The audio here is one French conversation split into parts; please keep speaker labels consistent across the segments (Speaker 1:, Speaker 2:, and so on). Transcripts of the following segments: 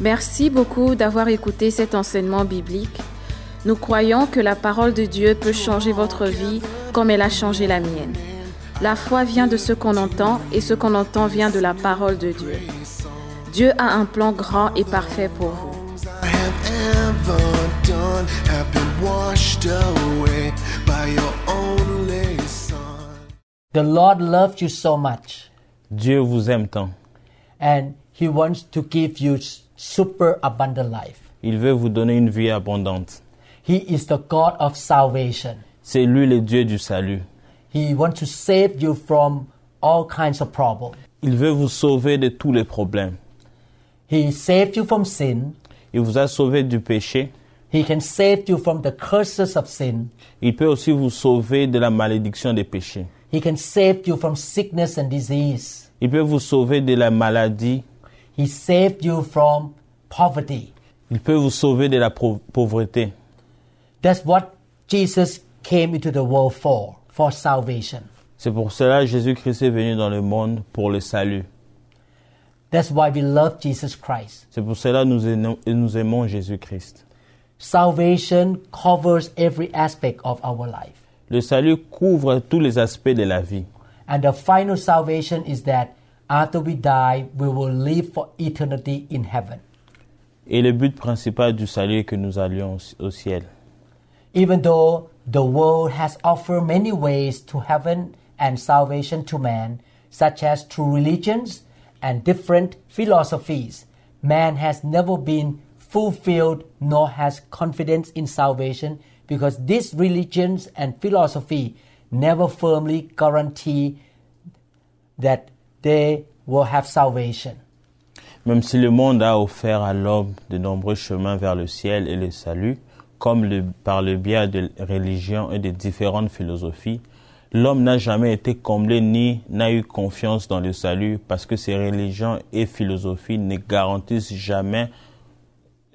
Speaker 1: Merci beaucoup d'avoir écouté cet enseignement biblique. Nous croyons que la parole de Dieu peut changer votre vie comme elle a changé la mienne. La foi vient de ce qu'on entend et ce qu'on entend vient de la parole de Dieu. Dieu a un plan grand et parfait pour vous.
Speaker 2: The Lord loves you so much
Speaker 3: Dieu vous aime tant.
Speaker 2: and He wants to give you s- super abundant life.
Speaker 3: Il veut vous donner une vie abondante.
Speaker 2: He is the God of salvation.
Speaker 3: C'est lui le Dieu du salut.
Speaker 2: He wants to save you from all kinds of problems.
Speaker 3: Il veut vous sauver de tous les problèmes.
Speaker 2: He saved you from sin.
Speaker 3: Il vous a sauvé du péché.
Speaker 2: He can save you from the curses of sin.
Speaker 3: Il peut aussi vous sauver de la malédiction des péchés.
Speaker 2: He can save you from sickness and disease.
Speaker 3: Il peut vous sauver de la maladie.
Speaker 2: He saved you from poverty.
Speaker 3: Il peut vous sauver de la pro- pauvreté.
Speaker 2: That's what Jesus came into the world for, for salvation.
Speaker 3: C'est pour cela que Jésus-Christ est venu dans le monde pour le salut.
Speaker 2: That's why we love Jesus Christ.
Speaker 3: C'est pour cela que nous aimons, nous aimons Jésus-Christ.
Speaker 2: Salvation covers every aspect of our life.
Speaker 3: Le salut couvre tous les aspects de la vie.
Speaker 2: And the final salvation is that after we die, we will live for eternity in heaven.
Speaker 3: Et le but principal du salut est que nous allions au- au ciel.
Speaker 2: Even though the world has offered many ways to heaven and salvation to man, such as through religions and different philosophies, man has never been fulfilled nor has confidence in salvation because these religions and philosophy never firmly guarantee that they will have salvation.
Speaker 3: Même si le monde a offert à l'homme de nombreux chemins vers le ciel et le salut, comme le- par le biais de religions et de différentes philosophies, l'homme n'a jamais été comblé ni n'a eu confiance dans le salut parce que ces religions et philosophies ne garantissent jamais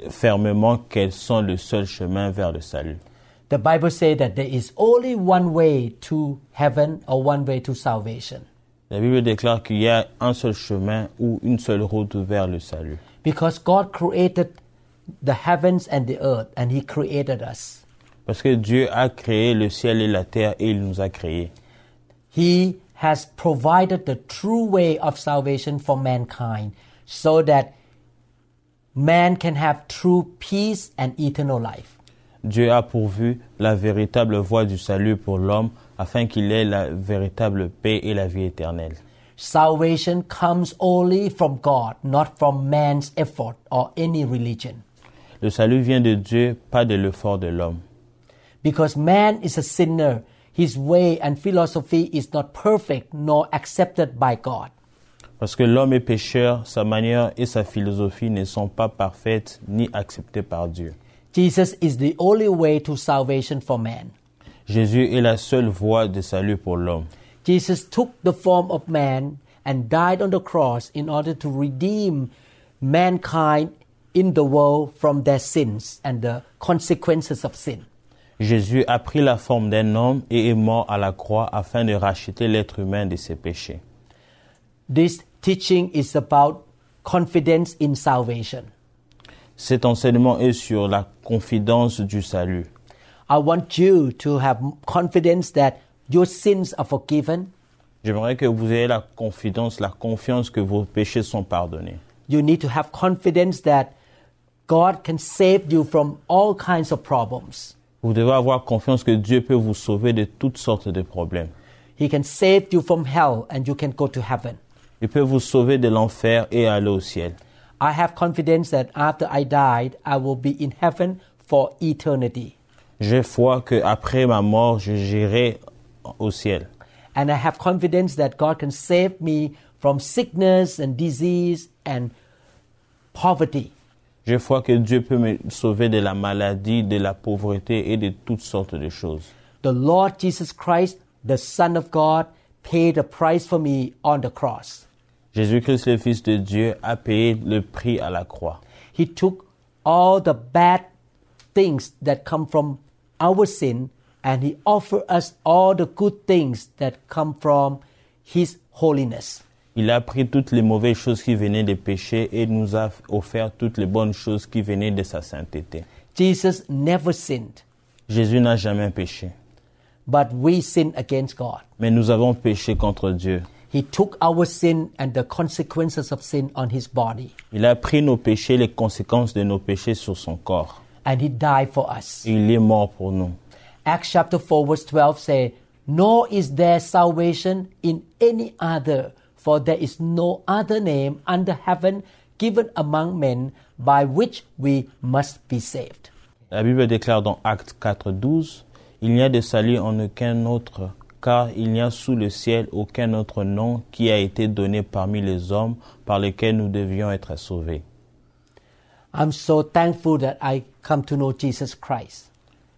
Speaker 3: fermement qu'elles sont le seul chemin vers le salut.
Speaker 2: The Bible says that there is only one way to heaven or one way to salvation.
Speaker 3: La Bible déclare qu'il y a un seul chemin ou une seule route vers le salut.
Speaker 2: Because God created the heavens and the earth, and He created us.
Speaker 3: Parce que Dieu a créé le ciel et la terre et il nous a créés.
Speaker 2: He has provided the true way of salvation for mankind so that man can have true peace and eternal life.
Speaker 3: Dieu a pourvu la véritable voie du salut pour l'homme afin qu'il ait la véritable paix et la vie éternelle.
Speaker 2: Salvation comes only from God, not from man's effort or any religion.
Speaker 3: Le salut vient de Dieu, pas de l'effort de l'homme.
Speaker 2: Because man is a sinner, his way and philosophy is not perfect nor accepted by God.
Speaker 3: Parce que l'homme est pécheur, sa manière et sa philosophie ne sont pas parfaites ni acceptées par Dieu.
Speaker 2: Jesus is the only way to salvation for man.
Speaker 3: Jésus est la seule voie de salut pour l'homme.
Speaker 2: Jesus took the form of man and died on the cross in order to redeem mankind in the world from their sins and the consequences of sin.
Speaker 3: Jésus a pris la forme d'un homme et est mort à la croix afin de racheter l'être humain de ses péchés.
Speaker 2: This teaching is about confidence in salvation.
Speaker 3: Cet enseignement est sur la confidence du salut.
Speaker 2: I want you to have confidence that your sins are forgiven.
Speaker 3: J'aimerais que vous ayez la confidence, la confiance que vos péchés sont pardonnés.
Speaker 2: You need to have confidence that God can save you from all kinds of problems.
Speaker 3: Vous devez avoir confiance que Dieu peut vous sauver de toutes sortes de problèmes.
Speaker 2: He can save you from hell and you can go to heaven.
Speaker 3: Il peut vous sauver de l'enfer et aller au ciel.
Speaker 2: I have confidence that after I died, I will be in heaven for eternity.
Speaker 3: J'ai foi que après ma mort, je j'irai au ciel.
Speaker 2: And I have confidence that God can save me from sickness and disease and poverty.
Speaker 3: J'ai foi que Dieu peut me sauver de la maladie, de la pauvreté et de toutes sortes de choses.
Speaker 2: The Lord Jesus Christ, the Son of God, paid the price for me on the cross.
Speaker 3: Jésus-Christ, le Fils de Dieu, a payé le prix à la croix.
Speaker 2: He took all the bad things that come from our sin and He offered us all the good things that come from His holiness.
Speaker 3: Il a pris toutes les mauvaises choses qui venaient des péchés et nous a offert toutes les bonnes choses qui venaient de sa sainteté.
Speaker 2: Jesus never sinned,
Speaker 3: Jésus n'a jamais péché,
Speaker 2: but we sin against God.
Speaker 3: mais nous avons péché contre Dieu.
Speaker 2: He took our sin and the consequences of sin on his body,
Speaker 3: Il a pris nos péchés, les conséquences de nos péchés sur son corps.
Speaker 2: and he died for us.
Speaker 3: Et il est mort pour nous.
Speaker 2: Acts chapter 4 verse 12 say, Nor is there salvation in any other, for there is no other name under heaven given among men by which we must be saved.
Speaker 3: La Bible déclare dans Actes 4.12 Il n'y a de salut en aucun autre, car il n'y a sous le ciel aucun autre nom qui a été donné parmi les hommes par lesquels nous devions être sauvés.
Speaker 2: I'm so thankful that I come to know Jesus Christ.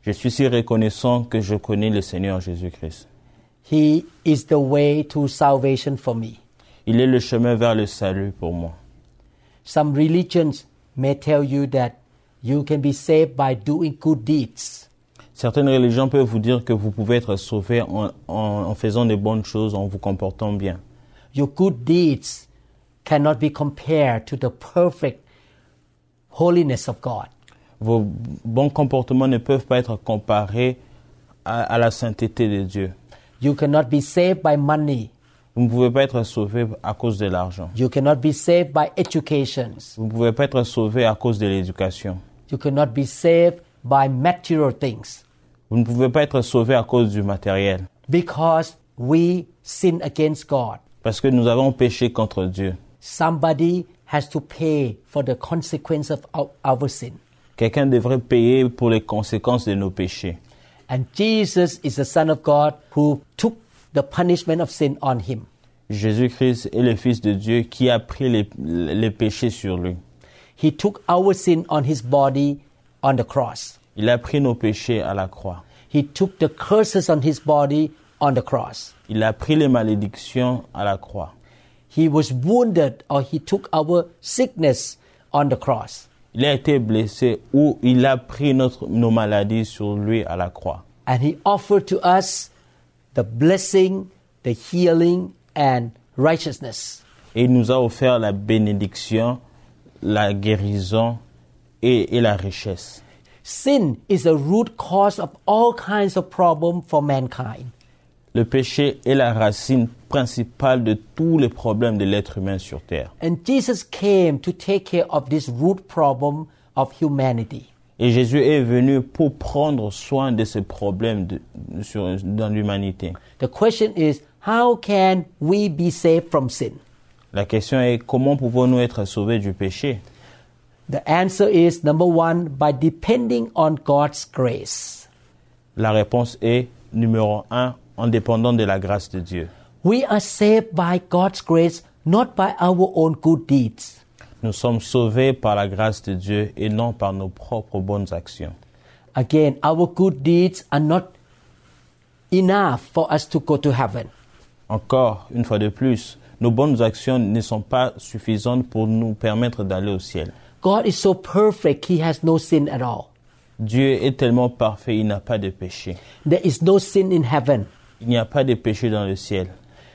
Speaker 3: Je suis si reconnaissant que je connais le Seigneur Jésus-Christ.
Speaker 2: He is the way to salvation for me.
Speaker 3: Il est le chemin vers le salut pour moi.
Speaker 2: Some religions may tell you that you can be saved by doing good deeds.
Speaker 3: Certaines religions peuvent vous dire que vous pouvez être sauvé en, en- en faisant de bonnes choses, en vous comportant bien.
Speaker 2: Your good deeds cannot be compared to the perfect holiness of God.
Speaker 3: Vos bons comportements ne peuvent pas être comparés à- à la sainteté de Dieu.
Speaker 2: You cannot be saved by money.
Speaker 3: Vous ne pouvez pas être sauvé à cause de l'argent.
Speaker 2: You cannot be saved by educations.
Speaker 3: Vous ne pouvez pas être sauvé à cause de l'éducation.
Speaker 2: You cannot be saved by material things
Speaker 3: Vous ne pouvez pas être sauvé à cause du matériel.
Speaker 2: because we sin against God.
Speaker 3: Parce que nous avons péché contre Dieu.
Speaker 2: Somebody has to pay for the consequence of our, our sin.
Speaker 3: Quelqu'un devrait payer pour les conséquences de nos péchés.
Speaker 2: And Jesus is the Son of God who took the punishment of sin on him.
Speaker 3: Jésus-Christ est le Fils de Dieu qui a pris les, les péchés sur lui.
Speaker 2: He took our sin on his body on the cross.
Speaker 3: Il a pris nos péchés à la croix.
Speaker 2: He took the curses on his body on the cross.
Speaker 3: Il a pris les malédictions à la croix.
Speaker 2: He was wounded or he took our sickness on the cross.
Speaker 3: Il a été blessé ou il a pris notre, nos maladies sur lui à la croix.
Speaker 2: And he offered to us the blessing, the healing, and righteousness.
Speaker 3: Et il nous a offert la bénédiction, la guérison et, et la richesse.
Speaker 2: Sin is a root cause of all kinds of problem for mankind.
Speaker 3: Le péché est la racine principale de tous les problèmes de l'être humain sur Terre.
Speaker 2: And Jesus came to take care of this root problem of humanity.
Speaker 3: Et Jésus est venu pour prendre soin de ces problèmes de- sur- dans l'humanité.
Speaker 2: The question is, how can we be saved from sin?
Speaker 3: La question est comment pouvons-nous être sauvés du péché
Speaker 2: The answer is number one, by depending on God's grace.
Speaker 3: La réponse est numéro un, en dépendant de la grâce de Dieu.
Speaker 2: We are saved by God's grace, not by our own good deeds.
Speaker 3: Nous sommes sauvés par la grâce de Dieu et non par nos propres bonnes actions.
Speaker 2: Again, our good deeds are not enough for us to go to heaven.
Speaker 3: Encore une fois de plus, nos bonnes actions ne sont pas suffisantes pour nous permettre d'aller au ciel.
Speaker 2: God is so perfect, He has no sin at all.
Speaker 3: Dieu est tellement parfait, il n'a pas de péché.
Speaker 2: There is no sin in heaven.
Speaker 3: Il n'y a pas de péché dans le ciel.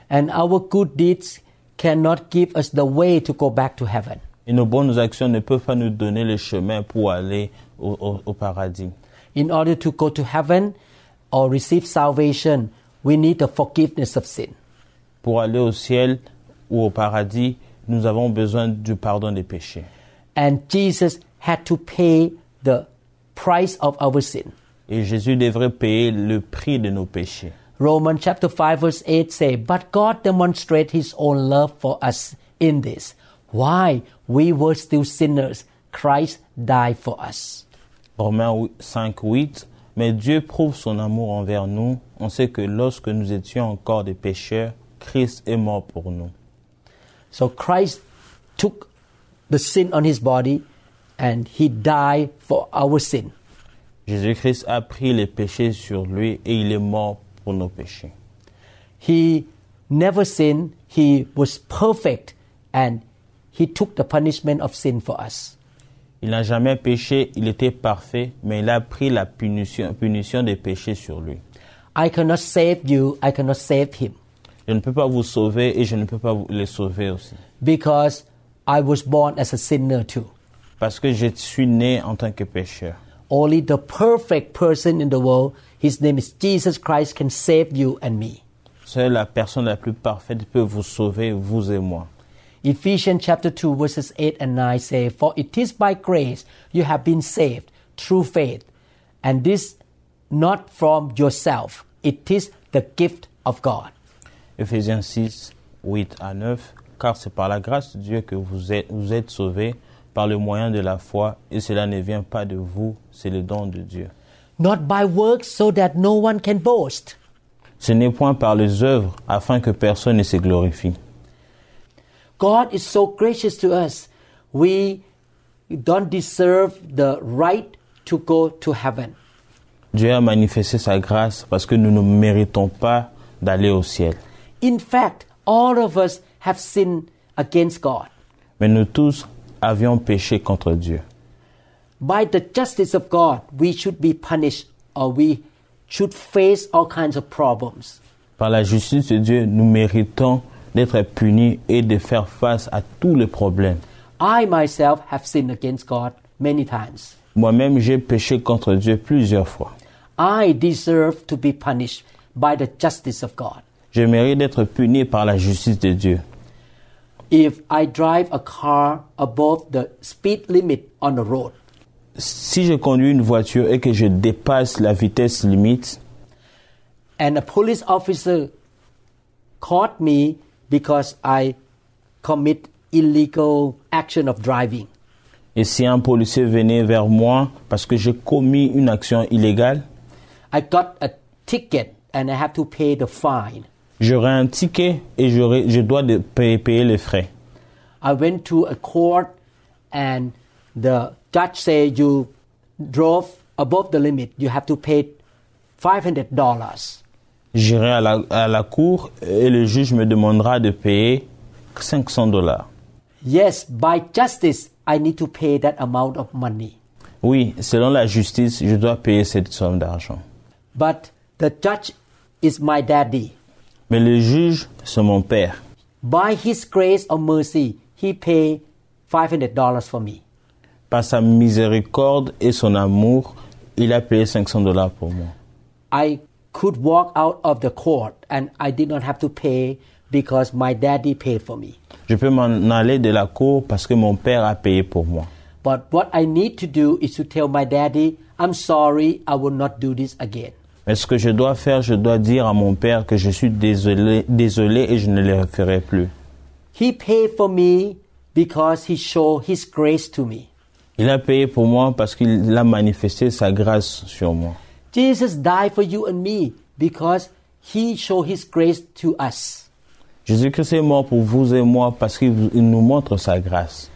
Speaker 2: And our good deeds cannot give us the way to go back to heaven.
Speaker 3: Et nos bonnes actions ne peuvent pas nous donner le chemin pour aller au, au- au paradis.
Speaker 2: In order to go to heaven or receive salvation, we need the forgiveness of sin.
Speaker 3: Pour aller au ciel ou au paradis, nous avons besoin du pardon des péchés.
Speaker 2: And Jesus had to pay the price of our sin.
Speaker 3: Et Jésus devrait payer le prix de nos péchés.
Speaker 2: Romans chapter 5 verse 8 say, But God demonstrates his own love for us in this. Why we were still sinners, Christ died for us.
Speaker 3: Romains 5, 8. Mais Dieu prouve son amour envers nous. On sait que lorsque nous étions encore des pécheurs, Christ est mort pour nous.
Speaker 2: So Christ took the sin on his body and he died for our sin.
Speaker 3: Jésus-Christ a pris les péchés sur lui et il est mort pour nos péchés.
Speaker 2: He never sinned, he was perfect, and he took the punishment of sin for us.
Speaker 3: Il n'a jamais péché, il était parfait, mais il a pris la punition, punition des péchés sur lui.
Speaker 2: I cannot save you, I cannot save him.
Speaker 3: Je Je ne peux pas vous sauver et je ne peux pas vous les sauver aussi.
Speaker 2: because I was born as a sinner too.
Speaker 3: Parce que je suis né en tant que pécheur.
Speaker 2: Only the perfect person in the world, his name is Jesus Christ, can save you and me.
Speaker 3: Seule la personne la plus parfaite peut vous sauver, vous et moi.
Speaker 2: Ephesians chapter 2 verses 8 and 9 say, For it is by grace you have been saved through faith, and this not from yourself. It is the gift of God.
Speaker 3: Ephésiens 6, 8 à 9. Car c'est par la grâce de Dieu que vous êtes, vous êtes sauvés par le moyen de la foi, et cela ne vient pas de vous, c'est le don de Dieu.
Speaker 2: Not by works so that no one can boast.
Speaker 3: Ce n'est point par les œuvres, afin que personne ne se glorifie.
Speaker 2: God is so gracious to us. We don't deserve the right to go to heaven.
Speaker 3: Dieu a manifesté sa grâce parce que nous ne méritons pas d'aller au ciel.
Speaker 2: In fact, all of us have sinned against God.
Speaker 3: Mais nous tous avions péché contre Dieu.
Speaker 2: By the justice of God, we should be punished or we should face all kinds of problems.
Speaker 3: Par la justice de Dieu, nous méritons d'être punis et de faire face à tous les problèmes.
Speaker 2: I myself have sinned against God many times.
Speaker 3: Moi-même, j'ai péché contre Dieu plusieurs fois.
Speaker 2: I deserve to be punished by the justice of God.
Speaker 3: Je mérite d'être puni par la justice de Dieu.
Speaker 2: If I drive a car above the speed limit on the road,
Speaker 3: Si je conduis une voiture et que je dépasse la vitesse limite
Speaker 2: and a police officer caught me because I commit illegal action of driving.
Speaker 3: et si un policier venait vers moi parce que j'ai commis une action illégale,
Speaker 2: I got a ticket and I have to pay the fine.
Speaker 3: j'aurais un ticket et j'aurais- je dois de- payer, payer les frais.
Speaker 2: I went to a court and the judge said you drove above the limit. You have to pay $500.
Speaker 3: J'irai à la, à la cour et le juge me demandera de payer 500 dollars.
Speaker 2: Yes, by justice, I need to pay that amount of money.
Speaker 3: Oui, selon la justice, je dois payer cette somme d'argent.
Speaker 2: But the judge is my daddy.
Speaker 3: Mais le juge, c'est mon père.
Speaker 2: By his grace or mercy, he paid $500 for me.
Speaker 3: Par sa miséricorde et son amour, il a payé 500 dollars pour moi.
Speaker 2: I could walk out of the court and I did not have to pay because my daddy paid for me.
Speaker 3: Je peux m'en aller de la cour parce que mon père a payé pour moi.
Speaker 2: But what I need to do is to tell my daddy, I'm sorry, I will not do this again.
Speaker 3: Mais ce que je dois faire, je dois dire à mon père que je suis désolé, désolé et je ne le ferai plus.
Speaker 2: He paid for me because he showed his grace to me.
Speaker 3: Il a payé pour moi parce qu'il a manifesté sa grâce sur moi.
Speaker 2: Jesus died for you and me because he showed his grace to us.
Speaker 3: Jésus-Christ est mort pour vous et moi parce qu'il vous- il nous montre sa grâce.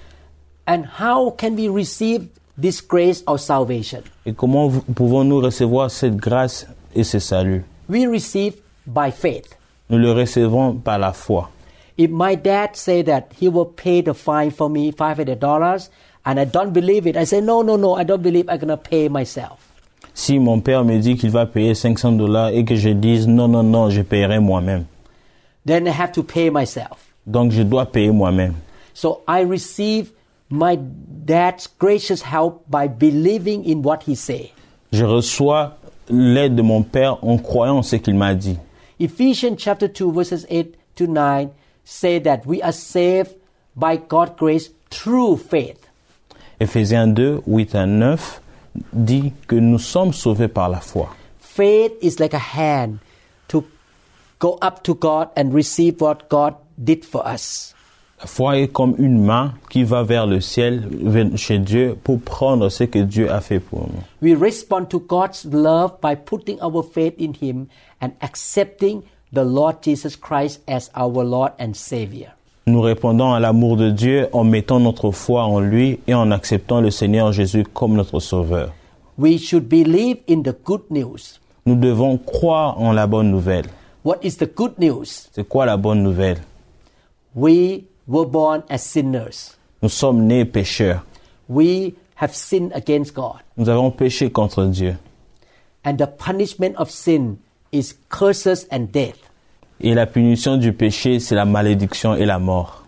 Speaker 2: And how can we receive this grace of salvation?
Speaker 3: Et comment vous- pouvons-nous recevoir cette grâce et ce salut
Speaker 2: We receive by faith.
Speaker 3: Nous le recevons par la foi.
Speaker 2: If my dad say that he will pay the fine for me, five hundred dollars, and I don't believe it, I say no, no, no, I don't believe I'm gonna pay myself.
Speaker 3: Si mon père me dit qu'il va payer 500 dollars et que je dise non, non, non, je paierai moi-même.
Speaker 2: Then I have to pay myself.
Speaker 3: Donc je dois payer moi-même.
Speaker 2: So I receive my dad's gracious help by believing in what he say.
Speaker 3: Je reçois l'aide de mon père en croyant en ce qu'il m'a dit.
Speaker 2: Ephesians chapter 2 verses 8 to 9 say that we are saved by God's grace through faith.
Speaker 3: Ephésiens 2, 8 à 9 dit que nous sommes sauvés par la foi.
Speaker 2: Faith is like a hand to go up to God and receive what God did for us.
Speaker 3: La foi est comme une main qui va vers le ciel, vers- chez Dieu, pour prendre ce que Dieu a fait pour nous.
Speaker 2: We respond to God's love by putting our faith in him and accepting the Lord Jesus Christ as our Lord and Savior.
Speaker 3: Nous répondons à l'amour de Dieu en mettant notre foi en lui et en acceptant le Seigneur Jésus comme notre sauveur.
Speaker 2: We should believe in the good news.
Speaker 3: Nous devons croire en la bonne nouvelle.
Speaker 2: What is the good news?
Speaker 3: C'est quoi la bonne nouvelle
Speaker 2: We were born as sinners.
Speaker 3: Nous sommes nés pécheurs.
Speaker 2: We have sinned against God.
Speaker 3: Nous avons péché contre Dieu.
Speaker 2: And the punishment of sin is curses and death.
Speaker 3: Et la punition du péché, c'est la malédiction et la mort.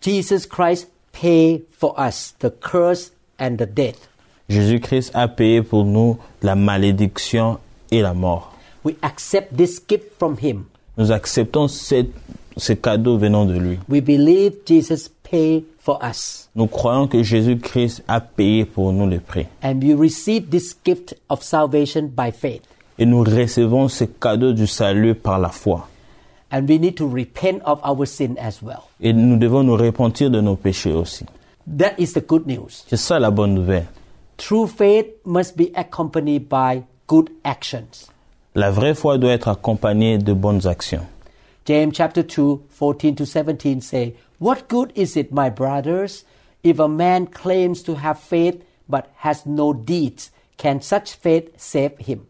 Speaker 2: Jesus Christ paid for us the curse and the death.
Speaker 3: Jésus-Christ a payé pour nous la malédiction et la mort.
Speaker 2: We accept this gift from him.
Speaker 3: Nous acceptons cette- ce cadeau venant de lui.
Speaker 2: We believe Jesus paid for us.
Speaker 3: Nous croyons que Jésus-Christ a payé pour nous le prix.
Speaker 2: And we receive this gift of salvation by faith.
Speaker 3: Et nous recevons ce cadeau du salut par la foi.
Speaker 2: And we need to repent of our sin as well.
Speaker 3: Et nous devons nous repentir de nos péchés aussi.
Speaker 2: That is the good news.
Speaker 3: C'est ça la bonne nouvelle.
Speaker 2: True faith must be accompanied by good actions.
Speaker 3: La vraie foi doit être accompagnée de bonnes actions.
Speaker 2: James chapter 2, 14 to 17 say, What good is it, my brothers, if a man claims to have faith but has no deeds? Can such faith save him?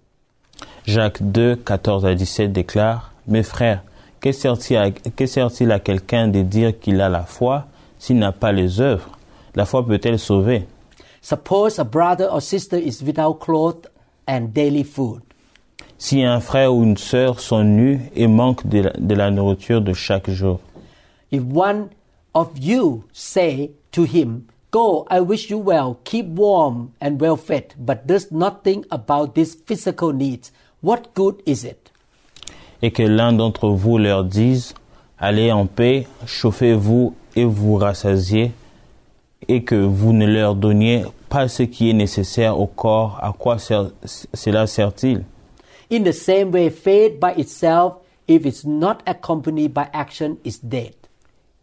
Speaker 3: Jacques 2, 14 à 17 déclare, Mes frères, que sert-il à, que sert-il à quelqu'un de dire qu'il a la foi s'il n'a pas les œuvres La foi peut-elle sauver
Speaker 2: Suppose a brother or sister is without clothes and daily food.
Speaker 3: Si un frère ou une sœur sont nus et manquent de la, de la nourriture de chaque jour,
Speaker 2: If one of you say to him, Go, I wish you well, keep warm and well fed, but does nothing about these physical needs, what good is it?
Speaker 3: et que l'un d'entre vous leur dise, Allez en paix, chauffez-vous et vous rassasiez, et que vous ne leur donniez pas ce qui est nécessaire au corps, à quoi sert- cela sert-il
Speaker 2: In the same way, faith by itself, if it's not accompanied by action, is dead.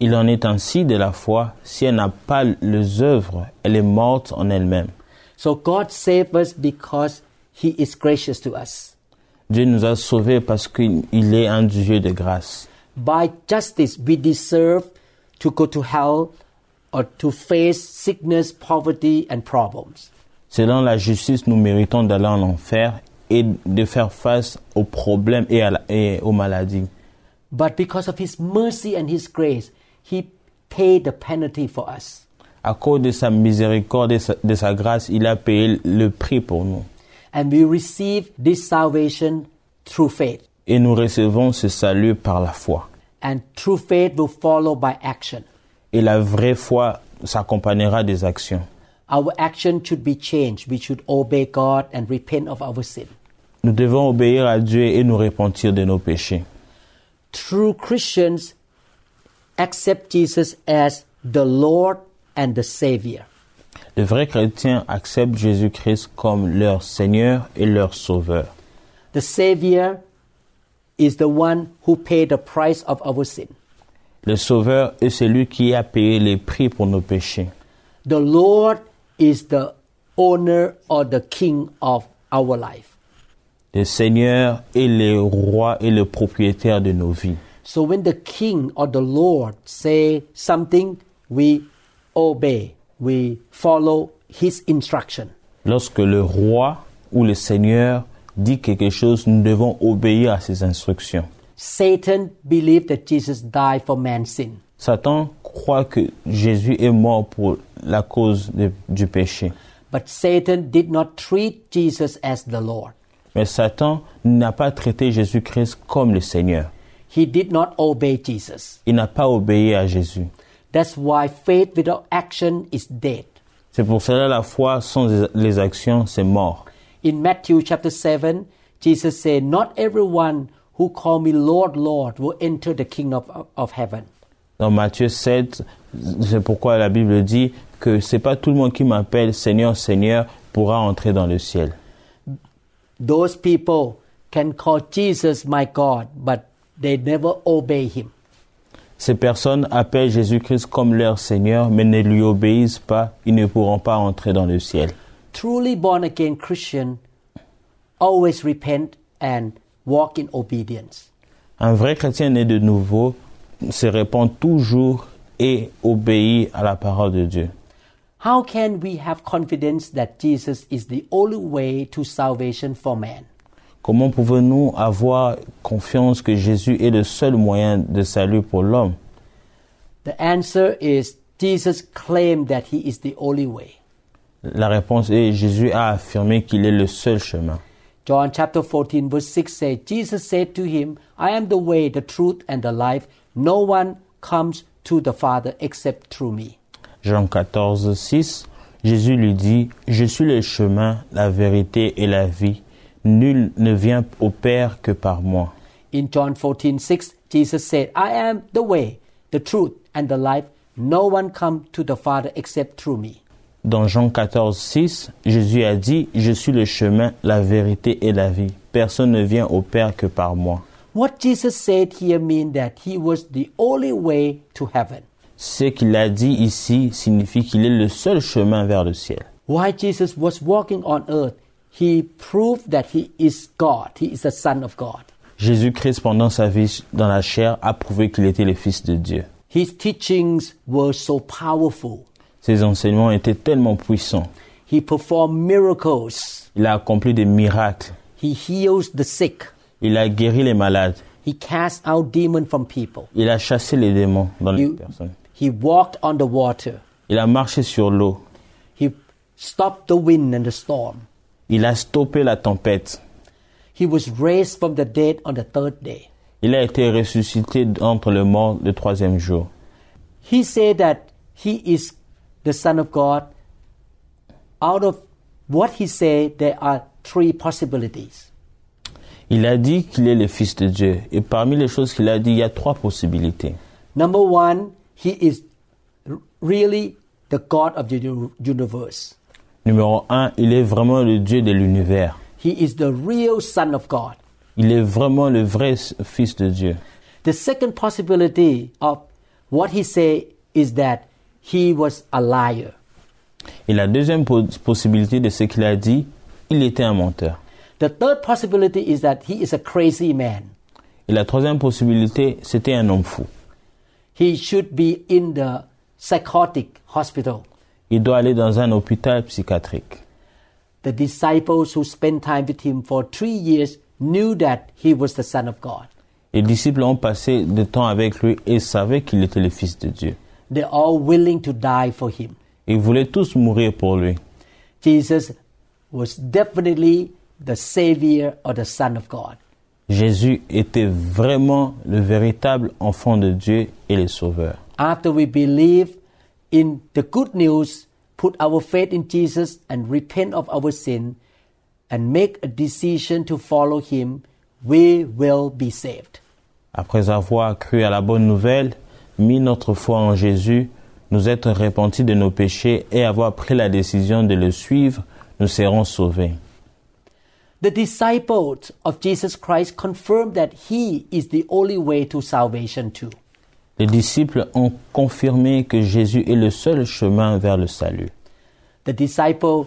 Speaker 3: Il en est ainsi de la foi, si elle n'a pas les œuvres, elle est morte en elle-même.
Speaker 2: So God saved us because He is gracious to us.
Speaker 3: Dieu nous a sauvés parce qu'il il est un Dieu de grâce.
Speaker 2: By justice, we deserve to go to hell or to face sickness, poverty, and problems.
Speaker 3: Selon la justice, nous méritons d'aller en enfer et de faire face aux problèmes et, à la- et aux maladies.
Speaker 2: But because of His mercy and His grace, He paid the penalty for us.
Speaker 3: À cause de sa miséricorde et sa- de sa grâce, il a payé le prix pour nous.
Speaker 2: And we receive this salvation through faith.
Speaker 3: Et nous recevons ce salut par la foi.
Speaker 2: And true faith will follow by action.
Speaker 3: Et la vraie foi s'accompagnera des actions.
Speaker 2: Our action should be changed. We should obey God and repent of our sin.
Speaker 3: Nous devons obéir à Dieu et nous repentir de nos péchés.
Speaker 2: True Christians accept Jesus as the Lord and the Savior.
Speaker 3: Les vrais chrétiens acceptent Jésus-Christ comme leur Seigneur et leur Sauveur.
Speaker 2: The Savior is the one who paid the price of our sin.
Speaker 3: Le Sauveur est celui qui a payé les prix pour nos péchés.
Speaker 2: The Lord is the owner or the king of our life.
Speaker 3: Le Seigneur est le roi et le propriétaire de nos vies.
Speaker 2: So when the king or the Lord say something, we obey. We follow his instruction.
Speaker 3: Lorsque le roi ou le Seigneur dit quelque chose, nous devons obéir à ses instructions.
Speaker 2: Satan believed that Jesus died for man's sin.
Speaker 3: Satan croit que Jésus est mort pour la cause de- du péché.
Speaker 2: But Satan did not treat Jesus as the Lord.
Speaker 3: Mais Satan n'a pas traité Jésus-Christ comme le Seigneur.
Speaker 2: He did not obey Jesus.
Speaker 3: Il n'a pas obéi à Jésus.
Speaker 2: That's why faith without action is dead.
Speaker 3: C'est pour cela la foi sans les actions, c'est mort.
Speaker 2: In Matthew chapter 7, Jesus said, Not everyone who call me Lord, Lord will enter the kingdom of, of heaven.
Speaker 3: Dans Matthieu 7, c'est pourquoi la Bible dit que c'est pas tout le monde qui m'appelle Seigneur, Seigneur pourra entrer dans le ciel.
Speaker 2: Those people can call Jesus my God, but they never obey him.
Speaker 3: Ces personnes appellent Jésus-Christ comme leur Seigneur, mais ne lui obéissent pas, ils ne pourront pas entrer dans le ciel.
Speaker 2: Truly born again Christian always repent and walk in obedience.
Speaker 3: Un vrai chrétien né de nouveau se répand toujours et obéit à la parole de Dieu.
Speaker 2: How can we have confidence that Jesus is the only way to salvation for man?
Speaker 3: Comment pouvons-nous avoir confiance que Jésus est le seul moyen de salut pour l'homme
Speaker 2: The answer is Jesus claimed that he is the only way.
Speaker 3: La réponse est Jésus a affirmé qu'il est le seul chemin.
Speaker 2: John chapter 14, verse 6 says, Jesus said to him, I am the way, the truth, and the life. No one comes to the Father except through me.
Speaker 3: Jean 14, 6, Jésus lui dit, Je suis le chemin, la vérité et la vie. Nul ne vient au Père que par moi.
Speaker 2: In John 14, 6, Jesus said, I am the way, the truth, and the life. No one comes to the Father except through me.
Speaker 3: Dans Jean 14, 6, Jésus a dit, Je suis le chemin, la vérité et la vie. Personne ne vient au Père que par moi.
Speaker 2: What Jesus said here means that he was the only way to heaven.
Speaker 3: Ce qu'il a dit ici signifie qu'il est le seul chemin vers le ciel.
Speaker 2: While Jesus was walking on earth, he proved that he is God, he is the Son of God.
Speaker 3: Jésus-Christ, pendant sa vie dans la chair, a prouvé qu'il était le Fils de Dieu.
Speaker 2: His teachings were so powerful.
Speaker 3: Ses enseignements étaient tellement puissants.
Speaker 2: He performed miracles.
Speaker 3: Il a accompli des miracles.
Speaker 2: He heals the sick.
Speaker 3: Il a guéri les malades.
Speaker 2: He cast out demons from people.
Speaker 3: Il a chassé les démons dans les
Speaker 2: You-
Speaker 3: personnes.
Speaker 2: He walked on the water.
Speaker 3: Il a marché sur l'eau.
Speaker 2: He stopped the wind and the storm.
Speaker 3: Il a stoppé la tempête.
Speaker 2: He was raised from the dead on the third day.
Speaker 3: Il a été ressuscité entre le mort le troisième jour.
Speaker 2: He said that he is the Son of God. Out of what he said, there are three possibilities.
Speaker 3: Il a dit qu'il est le Fils de Dieu. Et parmi les choses qu'il a dit, il y a trois possibilités.
Speaker 2: Number one, he is r- really the God of the u- universe.
Speaker 3: Numéro un, il est vraiment le Dieu de l'univers.
Speaker 2: He is the real Son of God.
Speaker 3: Il est vraiment le vrai s- Fils de Dieu.
Speaker 2: The second possibility of what he said is that he was a liar.
Speaker 3: Et la deuxième po- possibilité de ce qu'il a dit, il était un menteur.
Speaker 2: The third possibility is that he is a crazy man.
Speaker 3: Et la troisième possibilité, c'était un homme fou.
Speaker 2: He should be in the psychotic hospital.
Speaker 3: Il doit aller dans un hôpital psychiatrique.
Speaker 2: The disciples who spent time with him for three years knew that he was the Son of God.
Speaker 3: Les disciples ont passé du temps avec lui et savaient qu'il était le Fils de Dieu.
Speaker 2: They're all willing to die for him.
Speaker 3: Ils voulaient tous mourir pour lui.
Speaker 2: Jesus was definitely the Savior or the Son of God.
Speaker 3: Jésus était vraiment le véritable enfant de Dieu et le Sauveur.
Speaker 2: After we believe in the good news, put our faith in Jesus and repent of our sin and make a decision to follow him, we will be saved.
Speaker 3: Après avoir cru à la bonne nouvelle, mis notre foi en Jésus, nous être repentis de nos péchés et avoir pris la décision de le suivre, nous serons sauvés.
Speaker 2: The disciples of Jesus Christ confirmed that he is the only way to salvation too.
Speaker 3: Les disciples ont confirmé que Jésus est le seul chemin vers le salut.
Speaker 2: The disciple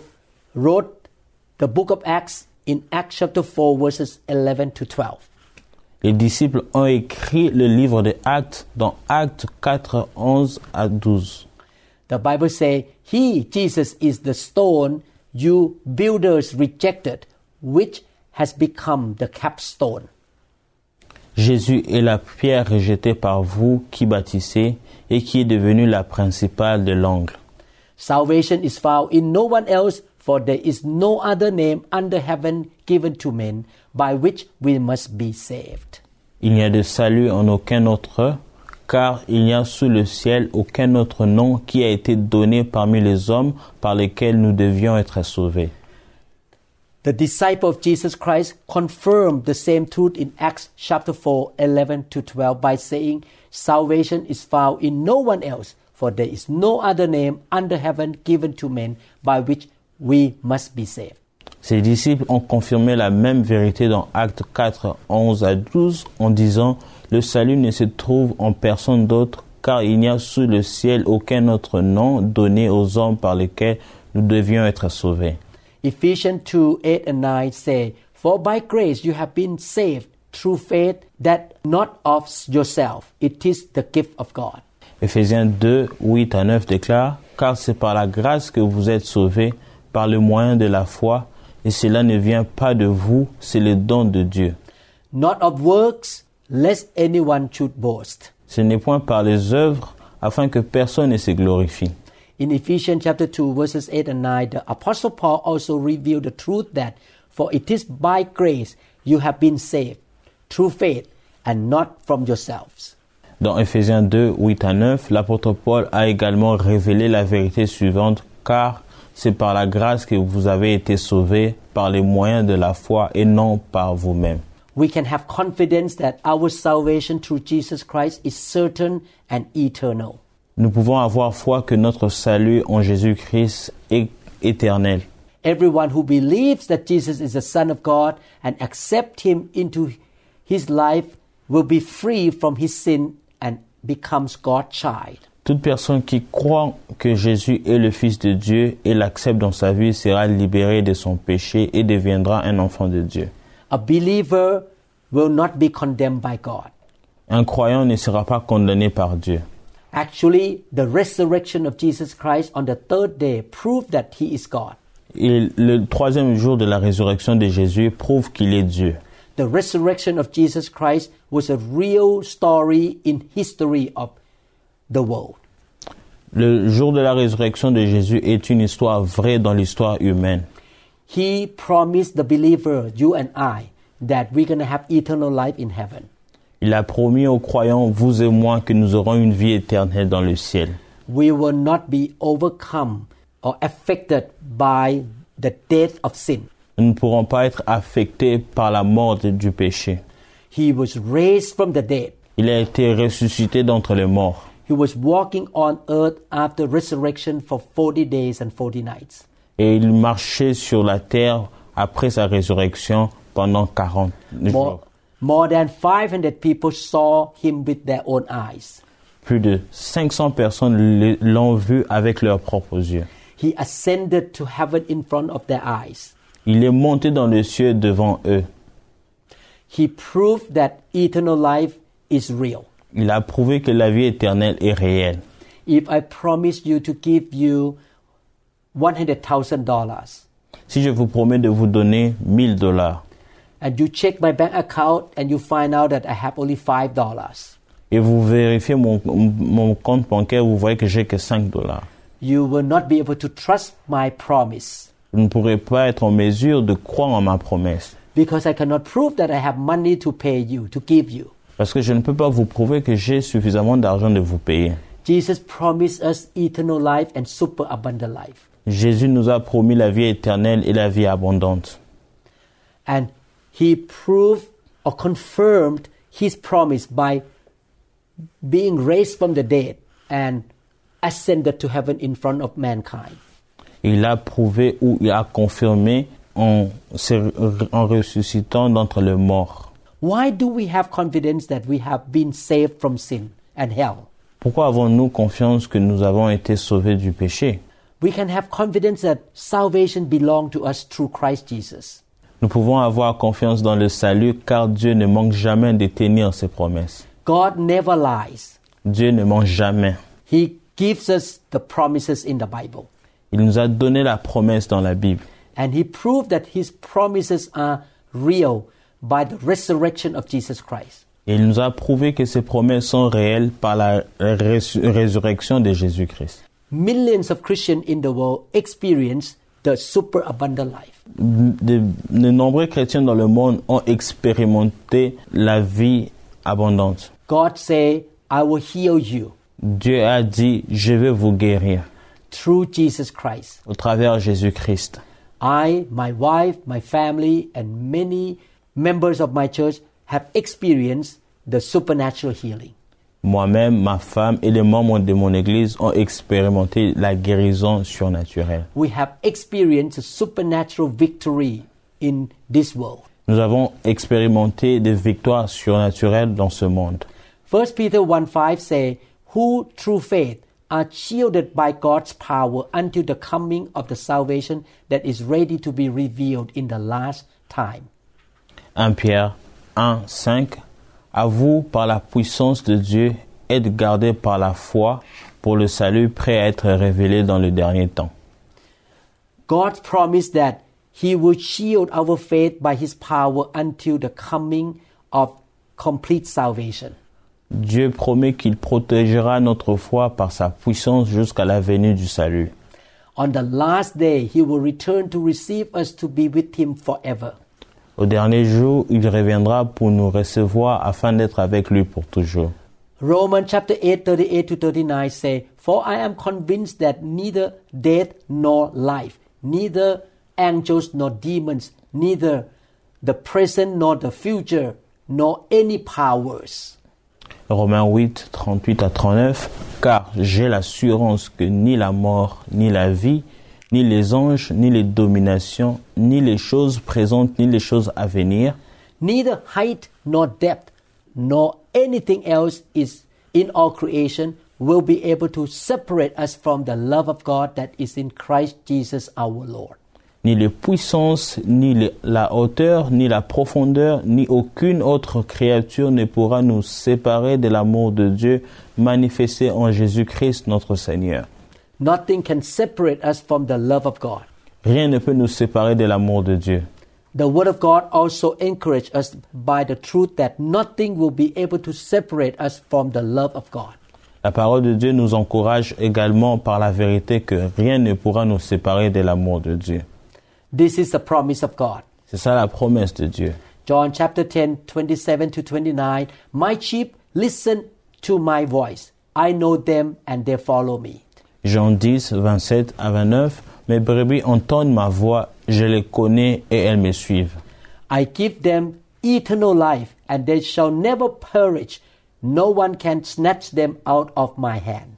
Speaker 2: wrote the book of Acts in Acts chapter 4 verses 11 to 12.
Speaker 3: Les disciples ont écrit le livre de Actes dans Actes 4, 11 à 12.
Speaker 2: The Bible says, He, Jesus, is the stone you builders rejected, which has become the capstone.
Speaker 3: Jésus est la pierre rejetée par vous qui bâtissez et qui est devenue la principale de l'angle.
Speaker 2: Salvation is found in no one else, for there is no other name under heaven given to men by which we must be saved.
Speaker 3: Il n'y a de salut en aucun autre, car il n'y a sous le ciel aucun autre nom qui a été donné parmi les hommes par lesquels nous devions être sauvés.
Speaker 2: The disciple of Jesus Christ confirmed the same truth in Acts chapter 4, 11 to 12 by saying, Salvation is found in no one else, for there is no other name under heaven given to men by which we must be saved.
Speaker 3: Ses disciples ont confirmé la même vérité dans Actes 4, 11 à 12 en disant Le salut ne se trouve en personne d'autre, car il n'y a sous le ciel aucun autre nom donné aux hommes par lesquels nous devions être sauvés.
Speaker 2: Ephesians 2, 8 and 9 say, For by grace you have been saved through faith that not of yourself, it is the gift of God.
Speaker 3: Ephésiens 2, 8 à 9 déclare Car c'est par la grâce que vous êtes sauvés, par le moyen de la foi, et cela ne vient pas de vous, c'est le don de Dieu.
Speaker 2: Not of works, lest anyone should boast.
Speaker 3: Ce n'est point par les œuvres, afin que personne ne se glorifie.
Speaker 2: In Ephesians chapter 2, verses 8 and 9, the Apostle Paul also revealed the truth that For it is by grace you have been saved, through faith, and not from yourselves.
Speaker 3: Dans Ephésiens 2, 8 à 9, l'apôtre Paul a également révélé la vérité suivante, car c'est par la grâce que vous avez été sauvés, par les moyens de la foi et non par vous-même.
Speaker 2: We can have confidence that our salvation through Jesus Christ is certain and eternal.
Speaker 3: Nous pouvons avoir foi que notre salut en Jésus-Christ est éternel.
Speaker 2: Everyone who believes that Jesus is the Son of God and accept him into his life will be free from his sin and becomes God's child.
Speaker 3: Toute personne qui croit que Jésus est le Fils de Dieu et l'accepte dans sa vie sera libérée de son péché et deviendra un enfant de Dieu.
Speaker 2: A believer will not be condemned by God.
Speaker 3: Un croyant ne sera pas condamné par Dieu.
Speaker 2: Actually, the resurrection of Jesus Christ on the third day proved that he is God.
Speaker 3: Et le troisième jour de la résurrection de Jésus prouve qu'il est Dieu.
Speaker 2: The resurrection of Jesus Christ was a real story in history of the world.
Speaker 3: Le jour de la résurrection de Jésus est une histoire vraie dans l'histoire humaine.
Speaker 2: He promised the believer, you and I, that we're going to have eternal life in heaven.
Speaker 3: Il a promis aux croyants, vous et moi, que nous aurons une vie éternelle dans le ciel.
Speaker 2: We will not be overcome or affected by the death of sin.
Speaker 3: Nous ne pourrons pas être affectés par la mort de- du péché.
Speaker 2: He was raised from the dead.
Speaker 3: Il a été ressuscité d'entre les morts.
Speaker 2: He was walking on earth after resurrection for 40 days and 40 nights.
Speaker 3: Et il marchait sur la terre après sa résurrection pendant 40 jours.
Speaker 2: More, more than 500 people saw him with their own eyes.
Speaker 3: Plus de 500 personnes le- l'ont vu avec leurs propres yeux.
Speaker 2: He ascended to heaven in front of their eyes.
Speaker 3: Il est monté dans le ciel devant eux.
Speaker 2: He proved that eternal life is real.
Speaker 3: Il a prouvé que la vie éternelle est réelle.
Speaker 2: If I promise you to give you $100,000
Speaker 3: Si je vous promets de vous donner 1000 dollars
Speaker 2: and you check my bank account and you find out that I have only $5,
Speaker 3: et vous vérifiez mon, mon compte bancaire, vous voyez que j'ai que 5 dollars.
Speaker 2: you will not be able to trust my promise
Speaker 3: Vous ne pourrez pas être en mesure de croire en ma promesse
Speaker 2: because I cannot prove that I have money to pay you, to give you.
Speaker 3: parce que je ne peux pas vous prouver que j'ai suffisamment d'argent de vous payer.
Speaker 2: Jesus promised us eternal life and superabundant life.
Speaker 3: Jésus nous a promis la vie éternelle et la vie abondante.
Speaker 2: And he proved or confirmed his promise by being raised from the dead and ascended to heaven in front of mankind.
Speaker 3: Il a prouvé ou il a confirmé en, se- en ressuscitant d'entre les morts.
Speaker 2: Why do we have confidence that we have been saved from sin and hell?
Speaker 3: Pourquoi avons-nous confiance que nous avons été sauvés du péché
Speaker 2: We can have confidence that salvation belongs to us through Christ Jesus.
Speaker 3: Nous pouvons avoir confiance dans le salut car Dieu ne manque jamais de tenir ses promesses.
Speaker 2: God never lies.
Speaker 3: Dieu ne manque jamais.
Speaker 2: He gives us the promises in the Bible.
Speaker 3: Il nous a donné la promesse dans la Bible.
Speaker 2: And he proved that his promises are real by the resurrection of Jesus Christ.
Speaker 3: Et il nous a prouvé que ces promesses sont réelles par la rés- résurrection de Jésus-Christ.
Speaker 2: Millions of Christians in the world experience the superabundant life.
Speaker 3: De, de nombreux chrétiens dans le monde ont expérimenté la vie abondante.
Speaker 2: God say, I will heal you
Speaker 3: Dieu a dit, je vais vous guérir
Speaker 2: through Jesus Christ.
Speaker 3: au travers de Jésus-Christ.
Speaker 2: I, my wife, my family, and many members of my church have experienced the supernatural healing.
Speaker 3: Moi-même, ma femme et les membres de mon église ont expérimenté la guérison surnaturelle.
Speaker 2: We have experienced a supernatural victory in this world.
Speaker 3: Nous avons expérimenté des victoires surnaturelles dans ce monde.
Speaker 2: 1 Peter 1 5 say, Who through faith are shielded by God's power until the coming of the salvation that is ready to be revealed in the last time.
Speaker 3: 1 Pierre 1, 5. À vous, par la puissance de Dieu, êtes gardés par la foi pour le salut prêt à être révélé dans le dernier temps.
Speaker 2: God promised that He will shield our faith by His power until the coming of complete salvation.
Speaker 3: Dieu promet qu'il protégera notre foi par sa puissance jusqu'à la venue du salut.
Speaker 2: On the last day, he will return to receive us to be with him forever.
Speaker 3: Au dernier jour, il reviendra pour nous recevoir afin d'être avec lui pour toujours.
Speaker 2: Romans chapter 8, 38 to 39 say, For I am convinced that neither death nor life, neither angels nor demons, neither the present nor the future, nor any powers.
Speaker 3: Romains 8, 38 à 39. Car j'ai l'assurance que ni la mort, ni la vie, ni les anges, ni les dominations, ni les choses présentes, ni les choses à venir,
Speaker 2: Neither height nor depth nor anything else is in all creation will be able to separate us from the love of God that is in Christ Jesus our Lord.
Speaker 3: ni les puissances, ni les- la hauteur, ni la profondeur, ni aucune autre créature ne pourra nous séparer de l'amour de Dieu manifesté en Jésus-Christ notre Seigneur.
Speaker 2: Nothing can separate us from the love of God.
Speaker 3: Rien ne peut nous séparer de l'amour de Dieu.
Speaker 2: The Word of God also encourages us by the truth that nothing will be able to separate us from the love of God.
Speaker 3: La parole de Dieu nous encourage également par la vérité que rien ne pourra nous séparer de l'amour de Dieu.
Speaker 2: This is the promise of God.
Speaker 3: C'est ça la promesse de Dieu.
Speaker 2: John chapter 10, 27 to 29. My sheep listen to my voice. I know them and they follow me.
Speaker 3: Jean 10, 27 à 29, Mes brebis entendent ma voix, je les connais et elles me suivent.
Speaker 2: I give them eternal life and they shall never perish. No one can snatch them out of my hand.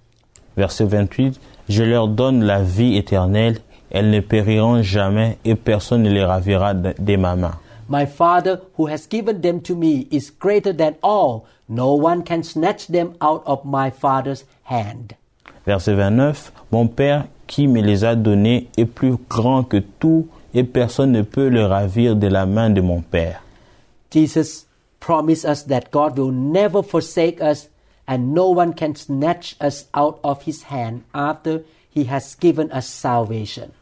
Speaker 3: Verset 28, Je leur donne la vie éternelle, elles ne périront jamais et personne ne les ravira de, de ma main.
Speaker 2: My Father who has given them to me is greater than all. No one can snatch them out of my Father's hand.
Speaker 3: Verset 29, Mon Père qui me les a donnés est plus grand que tout et personne ne peut le ravir de la main de mon Père.
Speaker 2: Jesus promised us that God will never forsake us and no one can snatch us out of his hand after he has given us salvation.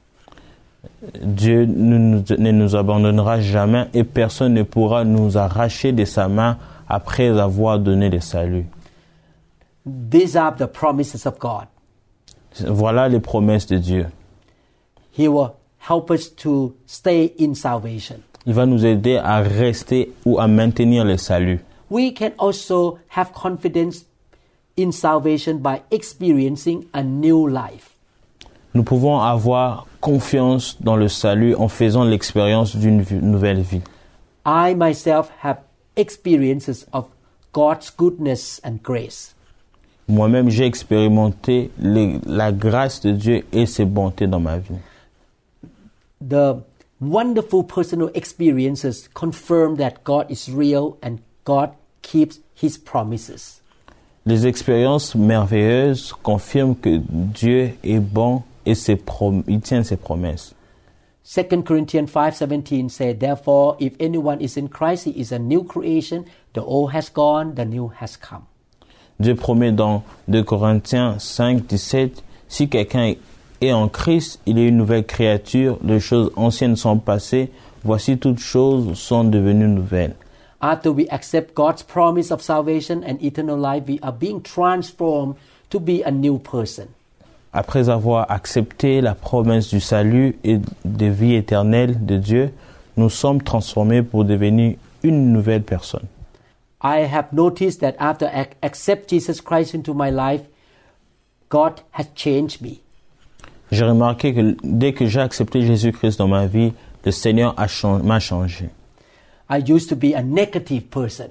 Speaker 3: Dieu ne nous, ne nous abandonnera jamais et personne ne pourra nous arracher de sa main après avoir donné le salut.
Speaker 2: These are the promises of God.
Speaker 3: Voilà les promesses de Dieu.
Speaker 2: He will help us to stay in salvation.
Speaker 3: Il va nous aider à rester ou à maintenir le salut.
Speaker 2: We can also have confidence in salvation by experiencing a new life.
Speaker 3: Nous pouvons avoir confiance dans le salut en faisant l'expérience d'une vie- nouvelle vie.
Speaker 2: I myself have experiences of God's goodness and grace.
Speaker 3: Moi-même, j'ai expérimenté les- la grâce de Dieu et ses bontés dans ma vie.
Speaker 2: The wonderful personal experiences confirm that God is real and God keeps his promises.
Speaker 3: Les expériences merveilleuses confirment que Dieu est bon et ses prom- il tient ses promesses.
Speaker 2: 2 Corinthians 5:17 says, "Therefore, if anyone is in Christ, he is a new creation; the old has gone, the new has come."
Speaker 3: Dieu promet dans 2 Corinthiens 5, 17, si quelqu'un est en Christ, il est une nouvelle créature, les choses anciennes sont passées, voici toutes choses sont devenues nouvelles.
Speaker 2: After we accept God's promise of salvation and eternal life, we are being transformed to be a new person.
Speaker 3: Après avoir accepté la promesse du salut et de vie éternelle de Dieu, nous sommes transformés pour devenir une nouvelle personne.
Speaker 2: I have noticed that after I accept Jesus Christ into my life, God has changed me.
Speaker 3: J'ai remarqué que dès que j'ai accepté Jésus-Christ dans ma vie, le Seigneur a chan- m'a changé.
Speaker 2: I used to be a negative person.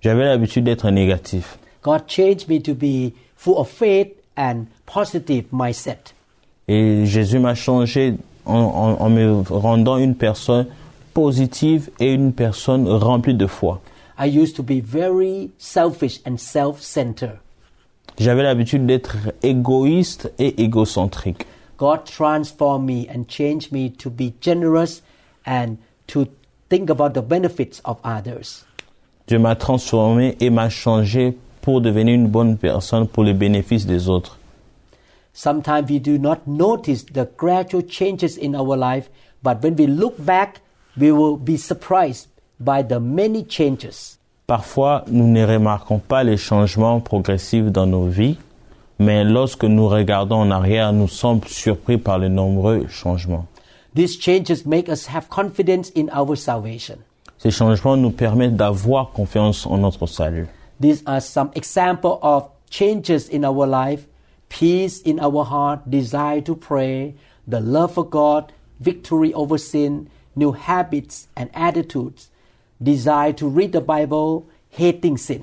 Speaker 3: J'avais l'habitude d'être négatif.
Speaker 2: God changed me to be full of faith and positive mindset.
Speaker 3: Et Jésus m'a changé en, en- en me rendant une personne positive et une personne remplie de foi.
Speaker 2: I used to be very selfish and self-centered.
Speaker 3: J'avais l'habitude d'être égoïste et égocentrique.
Speaker 2: God transformed me and changed me to be generous and to think about the benefits of others.
Speaker 3: Dieu m'a transformé et m'a changé pour devenir une bonne personne pour les bénéfices des autres.
Speaker 2: Sometimes we do not notice the gradual changes in our life, but when we look back, we will be surprised by the many changes.
Speaker 3: Parfois, nous ne remarquons pas les changements progressifs dans nos vies, Mais lorsque nous regardons en arrière, nous sommes surpris par les nombreux changements.
Speaker 2: These changes make us have confidence in our salvation.
Speaker 3: Ces changements nous permettent d'avoir confiance en notre salut.
Speaker 2: These are some example of changes in our life, peace in our heart, desire to pray, the love for God, victory over sin, new habits and attitudes, desire to read the Bible, hating sin.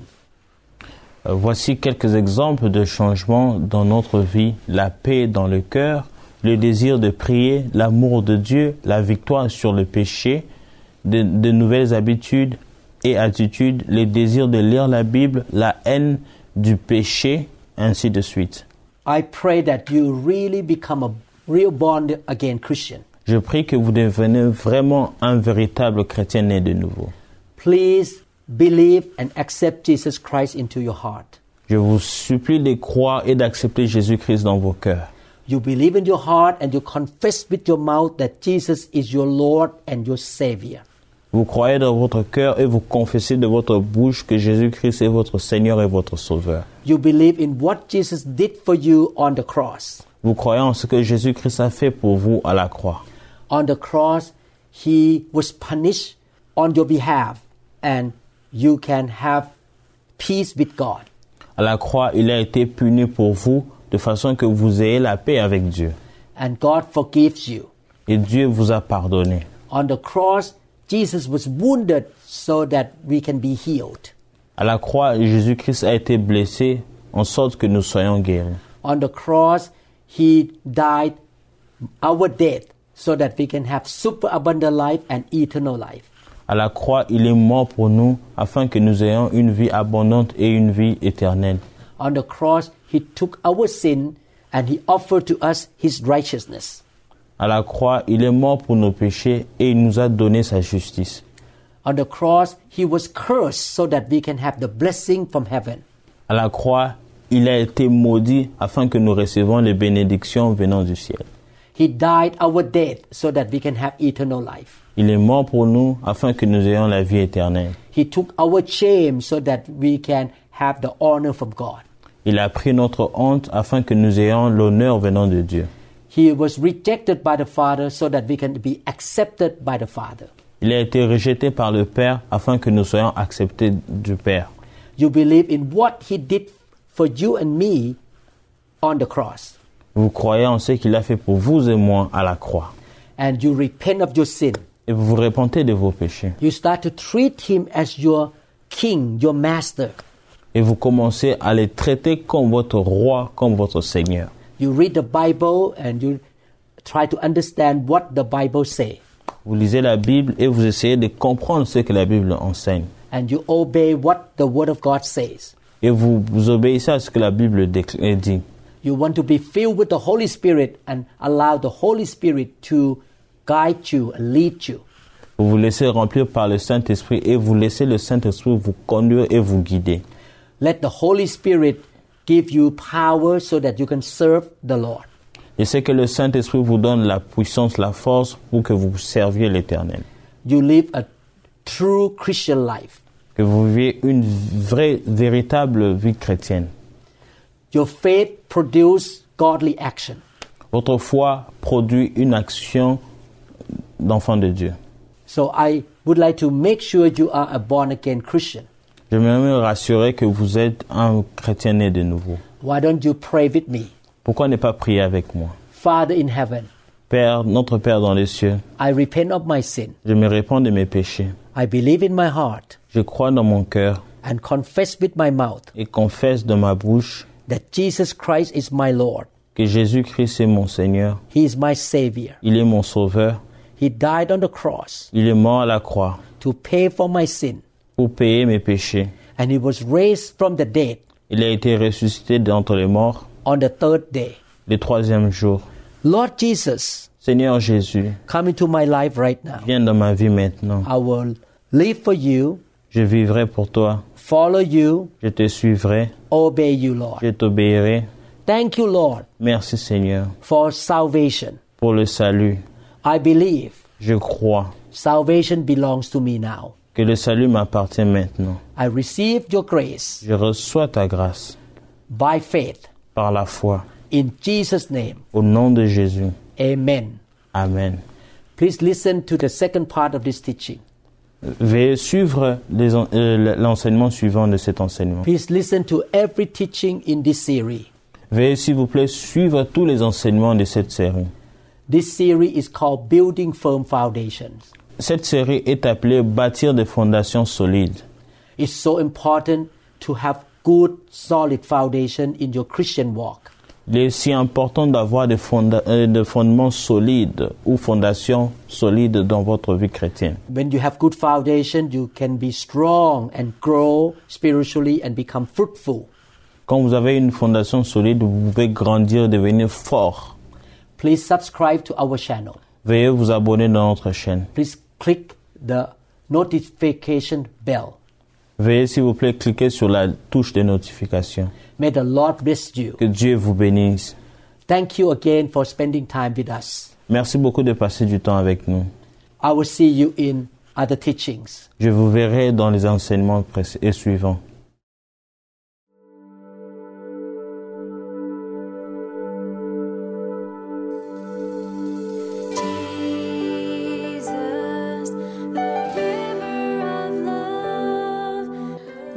Speaker 3: Euh, Voici quelques exemples de changements dans notre vie. La paix dans le cœur, le désir de prier, l'amour de Dieu, la victoire sur le péché, de, de nouvelles habitudes et attitudes, le désir de lire la Bible, la haine du péché, ainsi de suite.
Speaker 2: I pray that you really become a real born again Christian.
Speaker 3: Je prie que vous deveniez vraiment un véritable chrétien né de nouveau.
Speaker 2: Please believe and accept Jesus Christ into your heart.
Speaker 3: Je vous supplie de croire et d'accepter Jésus-Christ dans vos cœurs.
Speaker 2: You believe in your heart and you confess with your mouth that Jesus is your Lord and your Savior.
Speaker 3: Vous croyez dans votre cœur et vous confessez de votre bouche que Jésus-Christ est votre Seigneur et votre Sauveur.
Speaker 2: You believe in what Jesus did for you on the cross.
Speaker 3: Vous croyez en ce que Jésus-Christ a fait pour vous à la croix.
Speaker 2: On the cross, He was punished on your behalf, and you can have peace with God.
Speaker 3: À la croix, il a été puni pour vous de façon que vous ayez la paix avec Dieu.
Speaker 2: And God forgives you.
Speaker 3: Et Dieu vous a pardonné.
Speaker 2: On the cross, Jesus was wounded so that we can be healed.
Speaker 3: À la croix, Jésus-Christ a été blessé en sorte que nous soyons guéris.
Speaker 2: On the cross, He died our death so that we can have superabundant life and eternal life.
Speaker 3: À la croix, il est mort pour nous afin que nous ayons une vie abondante et une vie éternelle.
Speaker 2: On the cross, He took our sin and He offered to us His righteousness.
Speaker 3: À la croix, il est mort pour nos péchés et il nous a donné sa justice.
Speaker 2: On the cross, He was cursed so that we can have the blessing from heaven.
Speaker 3: À la croix, il a été maudit afin que nous recevions les bénédictions venant du ciel.
Speaker 2: He died our death so that we can have eternal life.
Speaker 3: Il est mort pour nous afin que nous ayons la vie éternelle.
Speaker 2: He took our shame so that we can have the honor from God.
Speaker 3: Il a pris notre honte afin que nous ayons l'honneur venant de Dieu.
Speaker 2: He was rejected by the Father so that we can be accepted by the Father.
Speaker 3: Il a été rejeté par le Père afin que nous soyons acceptés du Père.
Speaker 2: You believe in what He did for you and me on the cross,
Speaker 3: Vous croyez en ce qu'il a fait pour vous et moi à la croix.
Speaker 2: and you repent of your sin.
Speaker 3: Et vous vous repentez de vos péchés.
Speaker 2: You start to treat Him as your King, your Master.
Speaker 3: Et vous commencez à les traiter comme votre roi, comme votre Seigneur.
Speaker 2: You read the Bible and you try to understand what the Bible says,
Speaker 3: Vous lisez la Bible et vous essayez de comprendre ce que la Bible enseigne.
Speaker 2: and you obey what the Word of God says.
Speaker 3: Et vous, vous obéissez à ce que la Bible déc- euh, dit.
Speaker 2: You want to be filled with the Holy Spirit and allow the Holy Spirit to guide you and lead you.
Speaker 3: Vous vous laissez remplir par le Saint-Esprit et vous laissez le Saint-Esprit vous conduire et vous guider.
Speaker 2: Let the Holy Spirit give you power so that you can serve the Lord.
Speaker 3: Et c'est que le Saint-Esprit vous donne la puissance, la force pour que vous serviez l'Éternel.
Speaker 2: You live a true Christian life.
Speaker 3: Que vous viviez une vraie, véritable vie chrétienne.
Speaker 2: Your faith produces godly action.
Speaker 3: Votre foi produit une action d'enfant de Dieu.
Speaker 2: So I would like to make sure you are a born again Christian.
Speaker 3: Je me rassurer que vous êtes un chrétien né de nouveau.
Speaker 2: Why don't you pray with me?
Speaker 3: Pourquoi ne pas prier avec moi
Speaker 2: Father in heaven,
Speaker 3: Père, notre Père dans les cieux,
Speaker 2: I repent of my sin.
Speaker 3: je me répands de mes péchés.
Speaker 2: I believe in my heart
Speaker 3: Je crois dans mon cœur
Speaker 2: and confess with my mouth
Speaker 3: et confesse de ma bouche
Speaker 2: that Jesus Christ is my Lord.
Speaker 3: que Jésus-Christ est mon Seigneur,
Speaker 2: He is my Savior.
Speaker 3: il est mon Sauveur,
Speaker 2: He died on the cross
Speaker 3: il est mort à la croix
Speaker 2: to pay for my sin,
Speaker 3: pour payer mes péchés.
Speaker 2: and He was raised from the dead
Speaker 3: Il a été ressuscité d'entre les morts
Speaker 2: on the third day.
Speaker 3: le troisième jour.
Speaker 2: Lord Jesus,
Speaker 3: Seigneur Jésus,
Speaker 2: come into my life right now.
Speaker 3: viens dans ma vie maintenant.
Speaker 2: I will live for you,
Speaker 3: Je vivrai pour toi,
Speaker 2: follow you,
Speaker 3: je te suivrai,
Speaker 2: obey you,
Speaker 3: je
Speaker 2: Lord.
Speaker 3: t'obéirai.
Speaker 2: Thank you, Lord,
Speaker 3: Merci Seigneur
Speaker 2: for salvation.
Speaker 3: pour le salut.
Speaker 2: I believe
Speaker 3: Je crois
Speaker 2: salvation belongs to me now.
Speaker 3: que le salut m'appartient maintenant.
Speaker 2: I receive your grace
Speaker 3: Je reçois ta grâce
Speaker 2: by faith.
Speaker 3: par la foi.
Speaker 2: In Jesus' name,
Speaker 3: Au nom de Jésus.
Speaker 2: amen.
Speaker 3: Amen.
Speaker 2: Please listen to the second part of this teaching.
Speaker 3: Veuillez suivre les en- euh, l'enseignement suivant de cet enseignement.
Speaker 2: Please listen to every teaching in this series.
Speaker 3: Veuillez s'il vous plaît suivre tous les enseignements de cette série.
Speaker 2: This series is called Building Firm Foundations.
Speaker 3: Cette série est appelée Bâtir des fondations solides.
Speaker 2: It's so important to have good, solid foundation in your Christian walk.
Speaker 3: Il est si important d'avoir des, fonda- euh, des fondements solides ou fondations solides dans votre vie chrétienne.
Speaker 2: When you have good foundation, you can be strong and grow spiritually and become fruitful.
Speaker 3: Quand vous avez une fondation solide, vous pouvez grandir, devenir fort.
Speaker 2: Please subscribe to our channel.
Speaker 3: Veuillez vous abonner dans notre chaîne.
Speaker 2: Please click the notification bell.
Speaker 3: Veuillez s'il vous plaît cliquer sur la touche de notification.
Speaker 2: May the Lord bless you.
Speaker 3: Que Dieu vous bénisse.
Speaker 2: Thank you again for spending time with us.
Speaker 3: Merci beaucoup de passer du temps avec nous.
Speaker 2: I will see you in other teachings.
Speaker 3: Je vous verrai dans les enseignements pré- et suivants.
Speaker 4: Jesus, the giver of love.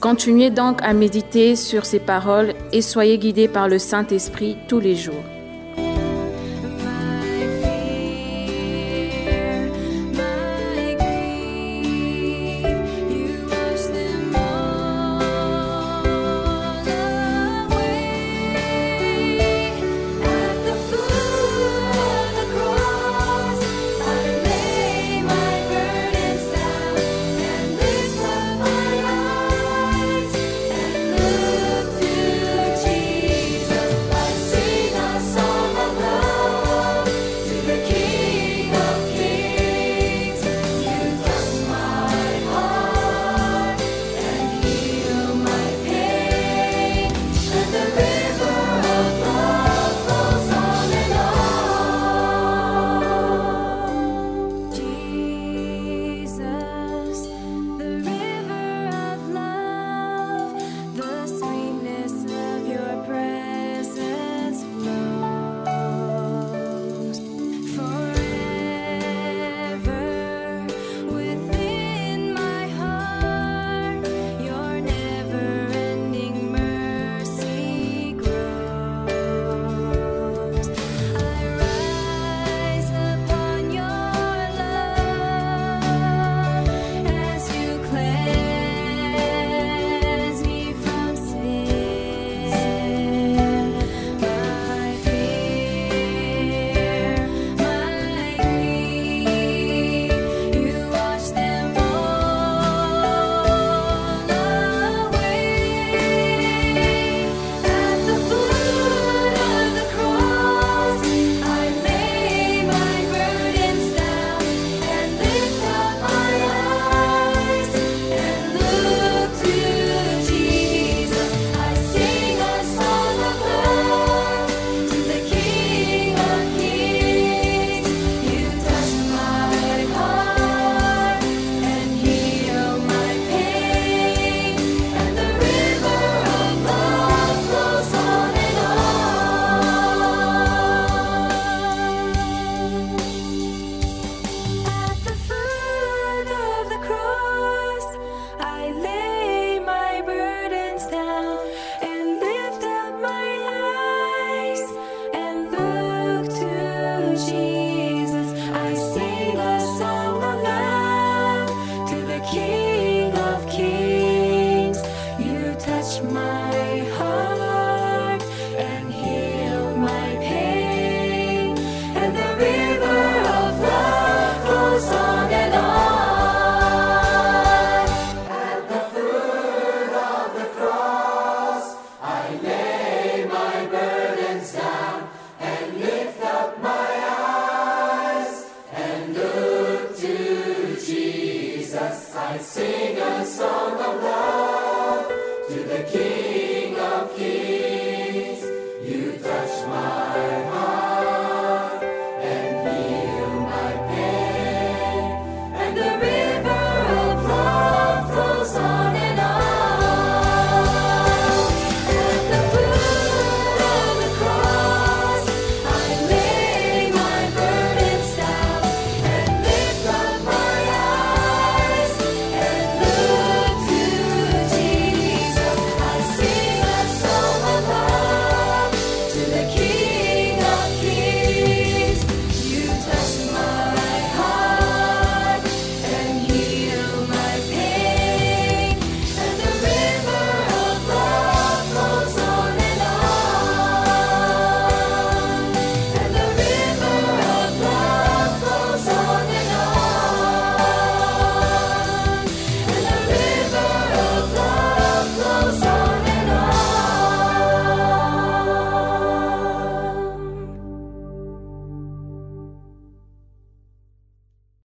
Speaker 1: Continuez donc à méditer sur ces paroles et soyez guidés par le Saint-Esprit tous les jours.